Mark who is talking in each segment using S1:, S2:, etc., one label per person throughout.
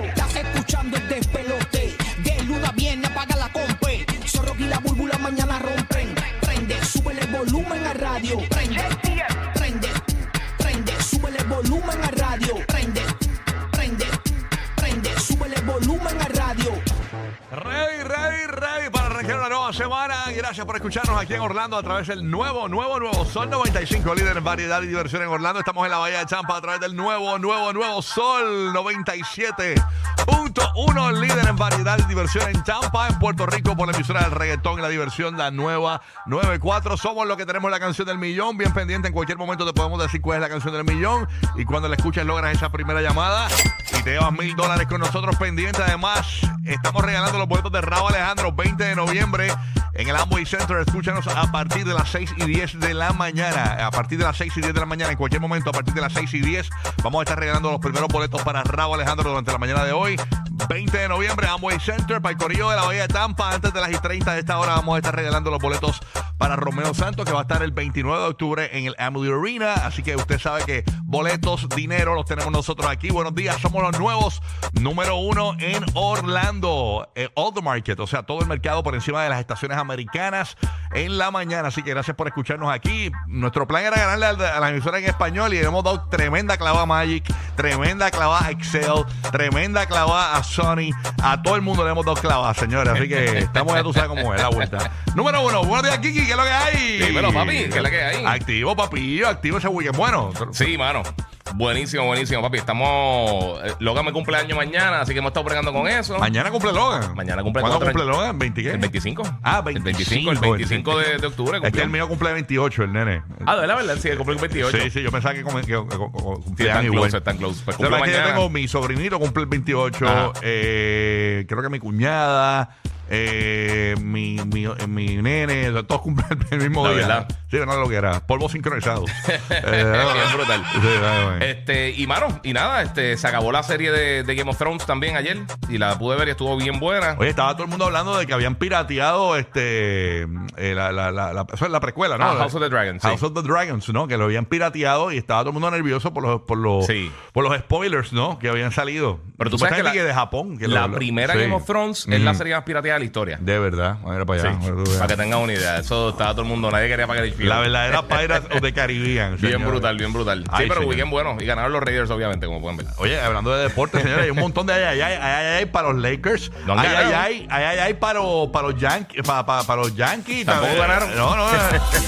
S1: Estás escuchando el despelote. De luna viene, apaga la compe. Zorro y la búrbula mañana rompen. Prende, súbele el volumen a radio. Prende, prende, prende, súbele el volumen a radio. Prende, prende, prende, súbele el volumen a radio.
S2: Ready, ready, ready para arrancar una nueva semana. Gracias por escucharnos aquí en Orlando a través del nuevo, nuevo, nuevo Sol 95, líder en variedad y diversión en Orlando. Estamos en la Bahía de Champa a través del nuevo, nuevo, nuevo Sol 97.1, líder en variedad y diversión en Champa, en Puerto Rico, por la emisora del reggaetón y la diversión, la nueva 94. Somos los que tenemos la canción del millón. Bien pendiente, en cualquier momento te podemos decir cuál es la canción del millón. Y cuando la escuches, logras esa primera llamada y te llevas mil dólares con nosotros pendiente. Además, estamos regalando los boletos de Raúl Alejandro, 20 de noviembre. En el Amway Center, escúchanos a partir de las 6 y 10 de la mañana. A partir de las 6 y 10 de la mañana, en cualquier momento, a partir de las 6 y 10, vamos a estar regalando los primeros boletos para Raúl Alejandro durante la mañana de hoy. 20 de noviembre, Amway Center, para el Corillo de la Bahía de Tampa. Antes de las y 30 de esta hora, vamos a estar regalando los boletos para Romeo Santos, que va a estar el 29 de octubre en el Amway Arena. Así que usted sabe que boletos, dinero, los tenemos nosotros aquí. Buenos días, somos los nuevos número uno en Orlando, en All the Market, o sea, todo el mercado por encima de las estaciones americanas en la mañana. Así que gracias por escucharnos aquí. Nuestro plan era ganarle a la- a la emisora en español y le hemos dado tremenda clava a Magic, tremenda clava a Excel, tremenda clava a Sony. A todo el mundo le hemos dado clavas, señores. Así que estamos ya tú sabes cómo es la vuelta. Número uno, buenos días, Kiki, ¿qué es lo que hay?
S3: Dímelo, papi, ¿qué es la que hay?
S2: Activo, papillo, activo ese weekend. Bueno,
S3: Sí, mano. Buenísimo, buenísimo, papi. Estamos. eh, Logan me cumple año mañana, así que hemos estado bregando con eso.
S2: mañana cumple Logan.
S3: Mañana cumple
S2: ¿Cuándo
S3: cuatro
S2: cumple
S3: años.
S2: Logan? ¿20 qué?
S3: El 25.
S2: Ah,
S3: El
S2: 25.
S3: 25, el 25 de, de octubre.
S2: Este Es que
S3: cumplió.
S2: el mío cumple 28, el nene.
S3: Ah, de la verdad, sí, cumple el 28.
S2: Sí, sí, yo pensaba que, come- que- que- que-
S3: Sí,
S2: cumplían
S3: están
S2: igual.
S3: close, están close. Pues
S2: Lo que
S3: cumple
S2: pasa es que yo
S3: mañana.
S2: tengo mi sobrinito, cumple el 28,
S3: Ajá.
S2: eh, creo que mi cuñada, eh, mi, mi, eh, mi nene, o sea, todos cumplen el mismo
S3: La
S2: día.
S3: verdad.
S2: Sí, no lo que era, polvo sincronizado. Eh,
S3: Bien brutal.
S2: sí, vale, vale.
S3: Este, y mano, y nada, este, se acabó la serie de, de Game of Thrones también ayer. Y la pude ver y estuvo bien buena.
S2: Oye, estaba todo el mundo hablando de que habían pirateado este eh, la, la, la, la- eso es la precuela, ¿no?
S3: Ah, House of the Dragons, sí.
S2: House of the Dragons, ¿no? Que lo habían pirateado y estaba todo el mundo nervioso por los, por los,
S3: Sí.
S2: por los spoilers, ¿no? Que habían salido.
S3: Pero tú sabes que
S2: Supuestamente
S3: la,
S2: de Japón. que
S3: la
S2: lo- lo-
S3: primera
S2: sí. Mm.
S3: Game of Thrones es la
S2: Ujú.
S3: serie más pirateada de la historia.
S2: De verdad. Mira para allá.
S3: Sí,
S2: Mira tú, vea.
S3: para que tengan una idea. Eso estaba todo el mundo, nadie quería pagar el HBO.
S2: La verdadera Pirates of the Caribbean.
S3: Bien
S2: señores.
S3: brutal, bien brutal. Sí,
S2: Ay,
S3: pero
S2: señor.
S3: weekend bueno. Y ganaron los Raiders, obviamente, como pueden ver.
S2: Oye, hablando de deporte, señores, hay un montón de ay, ay, ay, ay, ay, ay para los Lakers.
S3: No
S2: ay, ay,
S3: ganaron.
S2: ay, ay, ay, ay, para los, para los Yankees. Para, para, para los Yankees
S3: Tampoco
S2: Eh,
S3: ganaron.
S2: No, no, eh,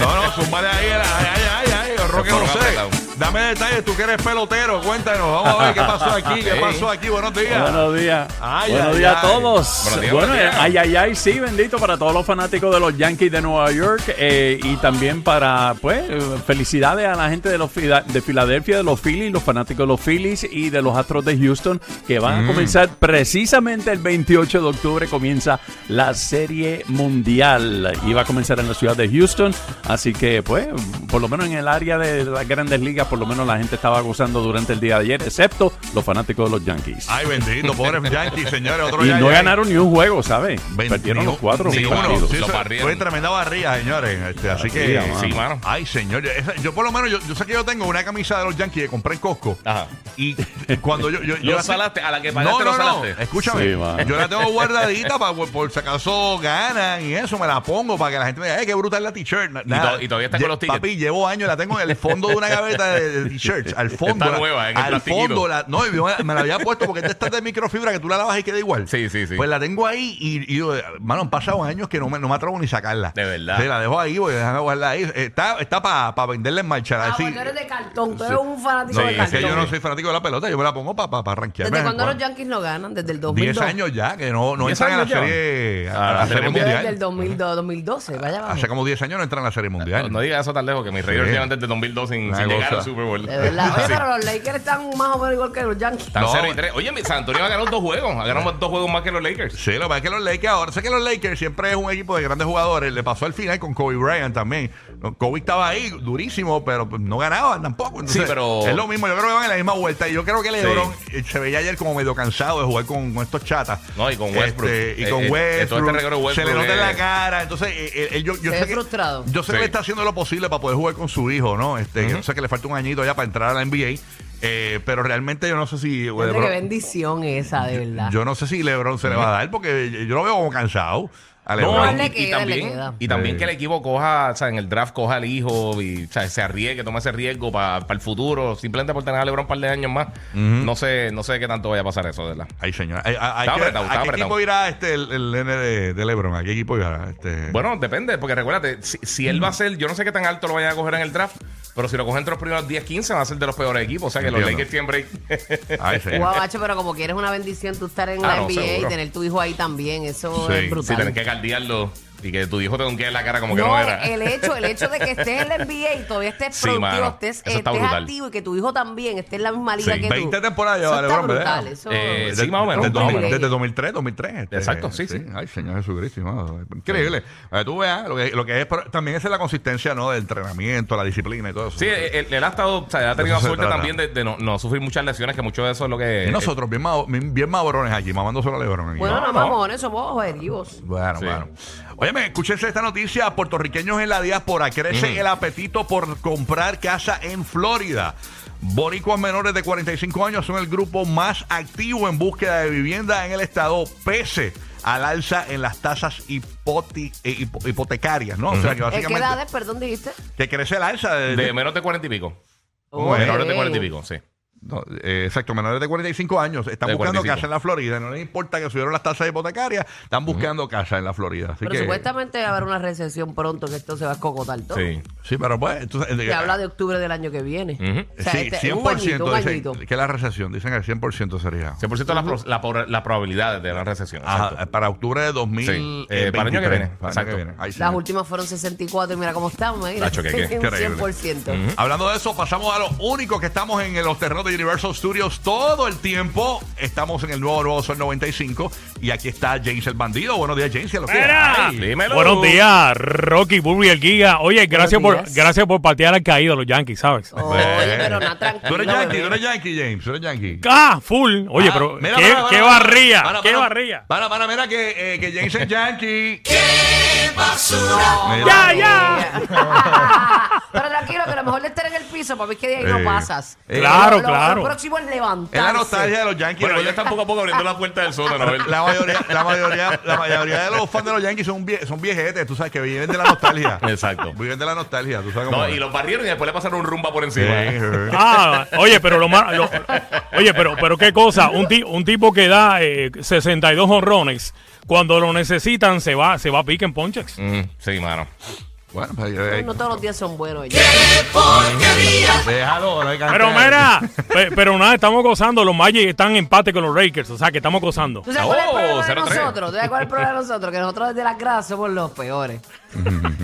S2: no, no, zumbale ahí. el Ay, ay, ay, ay, el Roque
S3: Se fueron
S2: José.
S3: apretados.
S2: Dame detalles, tú que eres pelotero, cuéntanos. Vamos a ver qué pasó aquí, qué
S3: Sí.
S2: pasó aquí. Buenos días.
S4: Buenos días.
S2: Ay,
S4: buenos
S2: ay,
S4: días
S2: ay.
S4: a todos.
S3: Buenos días,
S4: bueno,
S3: buenos días.
S4: ay, ay, ay, sí, bendito para todos los fanáticos de los Yankees de Nueva York eh, y también para, pues, eh, felicidades a la gente de los Fila- de Filadelfia, de los Phillies, los fanáticos de los Phillies y de los Astros de Houston que
S2: Mm.
S4: van a comenzar precisamente el 28 de octubre comienza la Serie Mundial y va a comenzar en la ciudad de Houston, así que, pues, por lo menos en el área de las Grandes Ligas, por lo menos la gente estaba gozando durante el día de ayer, excepto los fanáticos de los Yankees.
S2: Ay, bendito, pobres Yankees, señores. Otro
S4: Y
S2: ay,
S4: no
S2: ay, ay.
S4: ganaron ni un juego, ¿sabes? Perdieron los cuatro
S2: Ni uno.
S4: partidos.
S2: Sí,
S3: Los
S2: eso-
S3: barrieron.
S2: fue tremenda barrida, señores. Este, así que.
S4: Barrida,
S3: Sí, mano.
S2: Ay, señor. yo- esa- yo por lo menos, yo, yo sé que yo tengo una camisa de los Yankees que compré en Costco.
S3: Ajá.
S2: Y cuando yo... yo, yo
S3: Lo
S2: la-
S3: salaste, a la que
S2: No,
S3: pagaste
S2: no,
S3: lo
S2: no,
S3: salaste.
S2: escúchame.
S4: Sí, mano.
S2: yo la tengo guardadita para por si acaso ganan y eso, me la pongo para que la gente me diga, eh, qué brutal la t-shirt. Na-
S3: Y
S2: nada.
S3: to- y todavía está con
S2: Lle-
S3: los tickets.
S2: Papi, llevo años, la tengo en el fondo de una gaveta de, de t-shirts, al fondo.
S3: Está
S2: la-
S3: nueva, en el
S2: Al
S3: plastiquito.
S2: fondo, la- no, y yo me, me la había puesto porque esta está de microfibra que tú la lavas y queda igual.
S3: Sí, sí, sí.
S2: Pues la tengo ahí y, y yo, mano, han pasado años que no me, no me atrevo ni sacarla.
S3: De verdad.
S2: Sí, la dejo ahí, voy a dejarla guardada ahí. Está, está para venderla en marcha.
S5: Ah,
S2: así.
S5: bueno, eres de cartón. Tú
S2: Sí.
S5: eres un fanático
S3: Sí,
S5: de
S2: Es
S5: cartón.
S2: que yo no soy fanático de la pelota, yo me la pongo para pa, pa rankearme.
S5: ¿Desde cuándo los Yankees no ganan? Desde el 2002.
S2: 10 años ya, que no, no
S3: 10
S2: entran a la
S3: años ya.
S2: serie, a
S3: Ah,
S2: la
S3: la
S2: serie
S3: Serie
S5: Desde
S2: mundial.
S5: el 2002, 2012. Vaya, vaya.
S2: Hace como 10 años no entran a la serie
S3: No,
S2: mundial.
S3: no digas eso tan lejos, que mis Raiders
S2: Sí.
S3: llevan desde 2002 sin,
S2: Una
S3: sin llegar
S2: cosa.
S3: a su Super Bowl.
S5: De verdad. Oye,
S3: Sí.
S5: pero los Lakers están más o menos igual que los Yankees.
S3: Están
S2: No.
S3: 0 y 3. Oye, mi San Antonio ha ganado dos juegos. Ha ganado dos juegos más que los Lakers.
S2: Sí, lo que pasa es que los Lakers ahora, sé que los Lakers siempre es un equipo de grandes jugadores. Le pasó al final con Kobe Bryant también. Kobe estaba ahí durísimo, pero pues, no ganaban tampoco. Entonces,
S3: Sí, pero-
S2: Es lo mismo, yo creo que van en la misma vuelta. Y yo creo que LeBron eh, se veía ayer como medio cansado de jugar con, con estos chatas.
S3: No, y con Westbrook.
S2: Este, y
S3: Eh,
S2: con
S3: eh, eh, todo
S2: Westbrook,
S3: este reguero de
S2: Se le
S3: Westbrook
S2: nota en la
S3: es-
S2: cara. Entonces, eh, eh, él- yo, yo
S5: Se
S2: sé
S5: ve frustrado.
S2: Que, yo sé que
S3: Sí.
S2: le está haciendo lo posible para poder jugar con su hijo, ¿no? Este, Yo sé que le falta un añito ya para entrar a la NBA. eh, pero realmente yo no sé si...
S5: Gente,
S2: LeBron-
S5: qué bendición esa, de verdad.
S2: yo no sé si LeBron se le va a dar porque yo lo veo como cansado. A
S3: No,
S2: LeBron.
S5: le
S3: y, y
S5: queda, le
S3: también,
S5: queda.
S3: y también
S2: Sí.
S3: que el equipo coja, o sea, en el draft coja al hijo y o sea, se arriesgue, tome ese riesgo para el futuro, simplemente por tener a LeBron un par de años más. No sé no sé qué tanto vaya a pasar eso, de ¿verdad?
S2: Ay, señora. Ay, ay,
S3: Está
S2: ay, ¿qué-
S3: apretado, está
S2: ¿A qué
S3: apretado.
S2: equipo irá este, el, el nene de, de LeBron? ¿A qué equipo irá? Este?
S3: Bueno, depende, porque recuérdate, si, si él va a ser, yo no sé qué tan alto lo vayan a coger en el draft, pero si lo cogen entre los primeros 10, 15, va a ser de los peores equipos. O sea que los
S2: Entiendo.
S3: Lakers tienen break.
S2: Ay, señora.
S5: Guau, macho, pero como quieres una bendición tú estar en
S3: Ah,
S5: la
S3: no,
S5: NBA
S3: seguro.
S5: y tener tu hijo ahí también, eso
S2: Sí,
S5: es
S3: si
S5: brutal.
S3: tenés que caldearlo y que tu hijo te donquee en la cara como que
S5: no,
S3: no era.
S5: el hecho, el hecho de que estés en la NBA y todavía estés
S3: Sí,
S5: productivo,
S3: mano,
S5: estés,
S3: eso está
S5: estés
S3: brutal.
S5: activo y que tu hijo también esté en la misma liga
S3: Sí,
S5: que tú.
S2: 20 temporadas lleva
S5: eso está
S2: LeBron, ¿verdad?
S5: brutal, eso-
S3: Eh,
S2: Desde-
S3: sí, más o menos,
S2: Desde,
S3: más o menos.
S2: 2000, desde 2003, 2003. este,
S3: Exacto, sí, sí.
S2: Ay, Señor Jesucristo. mano, Increíble. A ver, tú veas lo que, lo que es, pero también esa es la consistencia, ¿no? Del entrenamiento, la disciplina y todo eso.
S3: Sí, él, él ha estado, o sea, ha tenido la
S2: eso se
S3: suerte
S2: trata.
S3: también de, de no, no sufrir muchas lesiones, que mucho de eso es lo que.
S2: y nosotros, bien, ma- bien mabrones aquí, mamando solo a LeBron. aquí.
S5: Bueno,
S3: No,
S5: no,
S3: no.
S5: mamones, somos objetivos.
S2: Bueno,
S3: Sí.
S2: bueno. Óyeme, escúchense esta noticia. Puertorriqueños en la diáspora.
S3: Mm.
S2: Crece el apetito por comprar casa en Florida. Boricuas menores de 45 años son el grupo más activo en búsqueda de vivienda en el estado, pese al alza en las tasas hipoti- eh, hipo- hipotecarias, ¿no? O sea, que
S5: ¿En qué
S2: básicamente...
S5: edades, perdón, dijiste?
S2: Que crece el alza de...
S3: de menos de 40 y pico.
S2: ¿Cómo es?
S3: Menores de
S5: Ok.
S3: 40 y pico, sí.
S2: no, eh, exacto, menores de 45 años. Están
S3: De
S2: buscando
S3: 45.
S2: casa en la Florida. No les importa que subieron las tasas hipotecarias. Están buscando casa en la Florida. Así
S5: Pero
S2: que...
S5: supuestamente va a haber una recesión pronto que esto se va a escocotar todo.
S3: Sí.
S2: Sí, pero pues... Entonces,
S5: Se habla de octubre del año que viene.
S3: Ujú.
S5: O sea,
S2: sí,
S5: este,
S2: 100%
S5: un añito, un
S2: dicen
S5: añito.
S2: que la recesión, dicen que el 100% sería.
S3: 100% las pro- la, pro- las probabilidades de la recesión.
S2: Ajá,
S3: exacto.
S2: para octubre de 2000
S3: Sí, eh, para el año que viene, exacto.
S2: Ahí sí.
S5: Las últimas fueron 64 y mira cómo estamos. Mira.
S3: Nacho, que- que-
S5: un
S2: terrible.
S5: 100%.
S2: Hablando de eso, pasamos a lo único que estamos en los terrenos de Universal Studios todo el tiempo. Estamos en el nuevo Nuevo Sol 95 y aquí está James el Bandido. Buenos días, James. ¿qué lo que
S6: Mira.
S2: hay?
S3: Ah, Dímelo.
S6: Buenos días, Rocky, Burry, el Giga. Oye, gracias por,
S5: días.
S6: gracias por patear al caído los Yankees, ¿sabes?
S5: Oye, pero nada, tranquilo.
S2: Tú eres Yankee,
S5: bebé.
S2: tú eres Yankee, James. Tú eres Yankee.
S6: ¡Ah, full! Oye,
S2: Ah,
S6: pero
S2: mira,
S6: qué,
S2: para, para,
S6: qué
S2: para,
S6: barría,
S2: para,
S6: qué
S2: para,
S6: barría.
S2: Para, para, mira que, eh, que James es Yankee. Mira.
S6: ¡Ya, ya!
S5: Pero tranquilo, que a lo mejor de estar en el piso, para mí que de ahí no
S2: Eh,
S5: pasas.
S2: eh,
S6: Claro,
S5: Lo- lo-
S6: claro.
S5: Lo próximo es levantarse.
S2: Es la nostalgia de los Yankees.
S3: Bueno,
S2: Los
S3: ellos están poco a poco abriendo la puerta del sótano. a ver.
S2: La mayoría, la mayoría, la mayoría de los fans de los Yankees son, vie- son viejetes, tú sabes, que viven de la nostalgia.
S3: Exacto.
S2: Viven de la nostalgia, tú sabes cómo
S3: No,
S2: es.
S3: y los barrieron y después le pasaron un rumba por
S2: Sí,
S3: encima.
S2: eh.
S6: Ah, oye, pero lo más. lo- oye, pero, pero qué cosa. Un, ti- un tipo que da eh, 62 honrones, cuando lo necesitan, se va, se va a pique en Ponchex.
S3: Mm, sí, mano.
S2: Bueno, pues, eh,
S5: No todos los días son buenos. oye.
S2: déjalo, no hay que
S6: Pero
S2: cantar.
S6: mira, pe- pero nada, estamos gozando. Los Magic están en empate con los Rakers, o sea que estamos gozando.
S5: ¿Tú sabes cuál es el
S3: Oh,
S5: problema de
S3: 0-3.
S5: nosotros? ¿Tú sabes cuál es el problema de nosotros? Que nosotros desde las gradas somos los peores.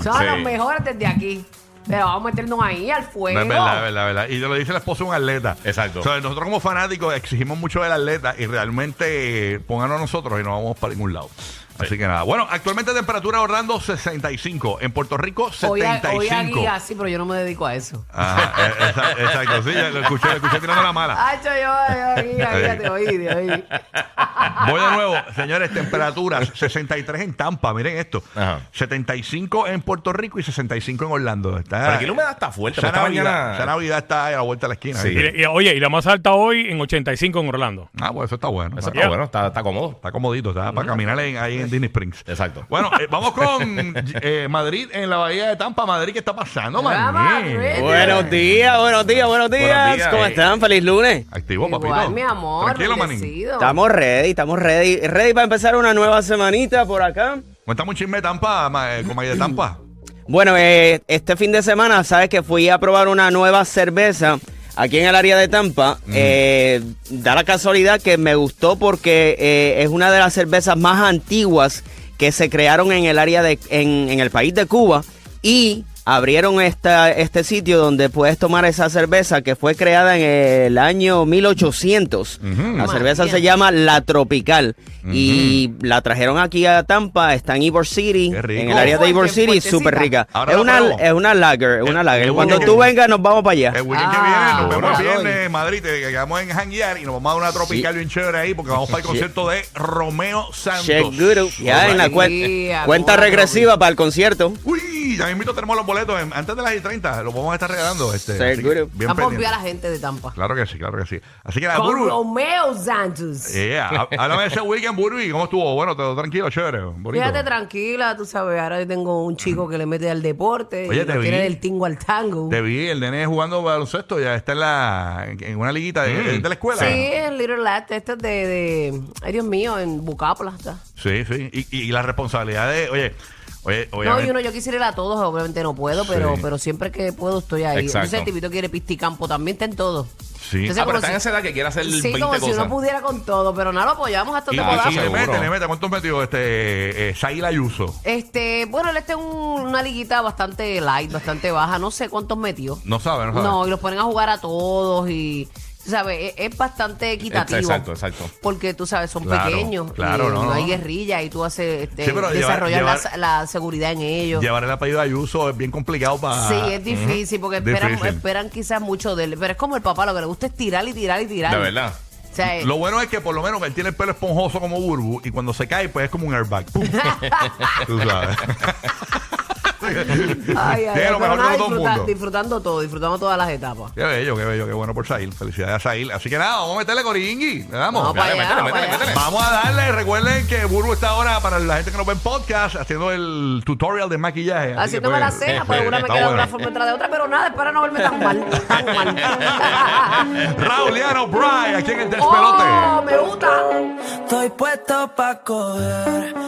S5: Somos
S3: Sí.
S5: los mejores desde aquí. Pero vamos a meternos ahí al fuego.
S2: No, es verdad, es verdad, es verdad. Y yo lo dice la esposa de un atleta.
S3: Exacto.
S2: O sea, nosotros como fanáticos exigimos mucho del atleta y realmente eh, pónganos a nosotros y no vamos para ningún lado. Así que nada. Bueno, actualmente temperatura Orlando 65. En Puerto Rico
S5: Hoy, a-
S2: 75.
S5: hoy a guía, sí, pero yo no me dedico a eso.
S2: Ajá, eh, esa- exacto, sí, ya lo escuché, lo escuché tirando la mala.
S5: Ay, yo, yo, yo, guía, guía, te oí, te oí.
S2: Voy de nuevo, señores, temperaturas 63 en Tampa, miren esto.
S3: Ajá.
S2: 75 en Puerto Rico y 65 en Orlando. Está,
S3: Pero aquí la humedad está fuerte.
S2: Esa
S3: pero Esta
S2: Navidad,
S3: mañana.
S2: esa Navidad está ahí a la vuelta de la esquina.
S3: Sí.
S2: ¿viste?
S6: Y- y- oye, y la más alta hoy en 85 en Orlando.
S2: Ah, bueno, eso está bueno.
S3: Eso
S2: Está,
S3: está bueno, está, está cómodo.
S2: está comodito, está para caminar en- ahí en Disney Springs.
S3: Exacto.
S2: Bueno, eh, vamos con eh, Madrid en la bahía de Tampa. Madrid, ¿qué está pasando,
S5: Va,
S2: Manín?
S5: Madrid.
S7: Buenos días, buenos días, buenos días.
S3: días,
S7: ¿Cómo
S3: eh.
S7: están? Feliz lunes.
S2: Activo, papito.
S5: Igual, mi amor,
S2: Tranquilo, Manín.
S5: bendecido.
S7: Estamos ready, estamos ready. Ready para empezar una nueva semanita por acá.
S2: Cuéntame un chisme de Tampa, ma- eh, con Maya de Tampa.
S7: Bueno, eh, este fin de semana, sabes que fui a probar una nueva cerveza aquí en el área de Tampa. Eh, da la casualidad que me gustó porque eh, es una de las cervezas más antiguas que se crearon en el área de, en, en el país de Cuba y abrieron esta, este sitio donde puedes tomar esa cerveza que fue creada en el año 1800. La cerveza se llama La Tropical y la trajeron aquí a Tampa, está en Ivor City,
S2: Qué rico.
S7: en el área de Ivor
S5: Fuerte,
S7: City,
S5: fuertecita.
S7: súper rica.
S2: Ahora
S7: Es
S2: la
S7: una,
S2: probamos.
S7: es una lager, es
S2: Eh,
S7: una
S2: eh,
S7: lager. Cuando
S2: bueno,
S7: tú
S2: que-
S7: vengas nos vamos para allá.
S2: El weekend Eh, que viene
S5: Ah,
S2: nos vemos el
S5: bueno.
S2: viernes en Madrid. Te quedamos en Hanguear y nos vamos a dar una tropical bien chévere ahí porque vamos para el concierto de Romeo Santos.
S7: Check Guru. Ya en la cuen-
S5: María,
S7: cuenta
S5: guau.
S7: regresiva para el concierto.
S2: Uy, ya invito, tenemos los boletos en- antes de las 10.30. Los vamos a estar regalando. Este,
S7: Seguro.
S2: así que bien
S5: Vamos a
S2: pendiente.
S5: enviar a la gente de Tampa.
S2: Claro que sí, claro que sí. Así que la Eh,
S5: Con
S2: Buru.
S5: Romeo Santos.
S2: Yeah. há- Háblame de ese weekend, Buru. ¿y ¿Cómo estuvo? Bueno, todo tranquilo, chévere. Bonito.
S5: Fíjate tranquila, tú sabes, ahora yo tengo un chico que le mete al deporte
S2: Oye,
S5: y
S2: te
S5: lo
S2: vi.
S5: tiene del tingo al tango.
S2: Te vi, el nene jugando baloncesto. Ya está en, la, en- en una liguita de, de- de la escuela.
S5: Sí, en Little Last, este es de, de- Ay, Dios mío, en Bucápola está.
S2: Sí, sí. Y, y la responsabilidad de. Oye, oye,
S5: No, y
S2: obviamente.
S5: uno, yo quisiera ir a todos, obviamente no puedo, pero, pero siempre que puedo estoy ahí.
S3: Exacto.
S5: Entonces el tipito quiere pisticampo, también está en todo.
S2: Sí.
S5: Entonces,
S3: Ah, pero
S5: como
S3: está en esa edad que quiere hacer
S5: Sí,
S3: 20
S5: como si
S3: cosas.
S5: uno pudiera con todo, pero no lo apoyamos hasta
S3: Y-
S5: donde
S3: y Ah, sí,
S5: podamos.
S2: le
S3: seguro.
S2: mete, le mete. ¿Cuántos metió este, eh, Saila Ayuso?
S5: Este, bueno, él está en un- una liguita bastante light, bastante baja. No sé cuántos metió.
S2: No sabe, no sabe.
S5: No, y los ponen a jugar a todos y, tú ¿sabes? e-, Es, es bastante equitativo.
S3: Exacto, exacto.
S5: Porque, tú sabes, son
S2: Claro,
S5: pequeños.
S2: claro,
S5: y
S2: no,
S5: no hay
S2: no.
S5: guerrilla y tú haces, este,
S2: Sí, pero llevar-
S5: desarrollar la-
S2: llevar-
S5: la, seguridad en ellos.
S2: Llevar el apellido Ayuso es bien complicado para.
S5: Sí, es difícil porque esperan,
S2: Difícil.
S5: esperan quizás mucho de él. Pero es como el papá, lo que le gusta es tirar y tirar y tirar.
S3: De verdad.
S5: O sea,
S2: Lo bueno es que por lo menos él tiene el pelo esponjoso como Burbu y cuando se cae, pues es como un airbag. ¡Pum! Tú sabes.
S5: ay, ay,
S2: tiene
S5: ay,
S2: lo
S5: pero
S2: mejor
S5: nada,
S2: de los dos
S5: disfruta-
S2: mundos.
S5: disfrutando todo, disfrutando todas las etapas.
S2: Qué bello, qué bello, qué bueno por Sail. Felicidades a Sail. Así que nada, vamos a meterle coringui. Le damos.
S5: Vamos para
S3: Métele,
S5: allá,
S3: métele,
S5: para
S3: métele,
S5: allá.
S3: métele.
S2: Vamos a darle, recuerden que Burbu está ahora para la gente que nos ve en podcast haciendo el tutorial de maquillaje. que,
S5: Haciéndome la
S2: pues,
S5: cena,
S2: pues,
S5: pues una me
S2: está
S5: queda de una
S2: bueno.
S5: forma detrás de otra, pero nada, es para no verme tan mal. Tan mal.
S2: Rauliano Bry, aquí en el despelote.
S5: ¡Oh, me gusta!
S1: Estoy puesto pa' coger.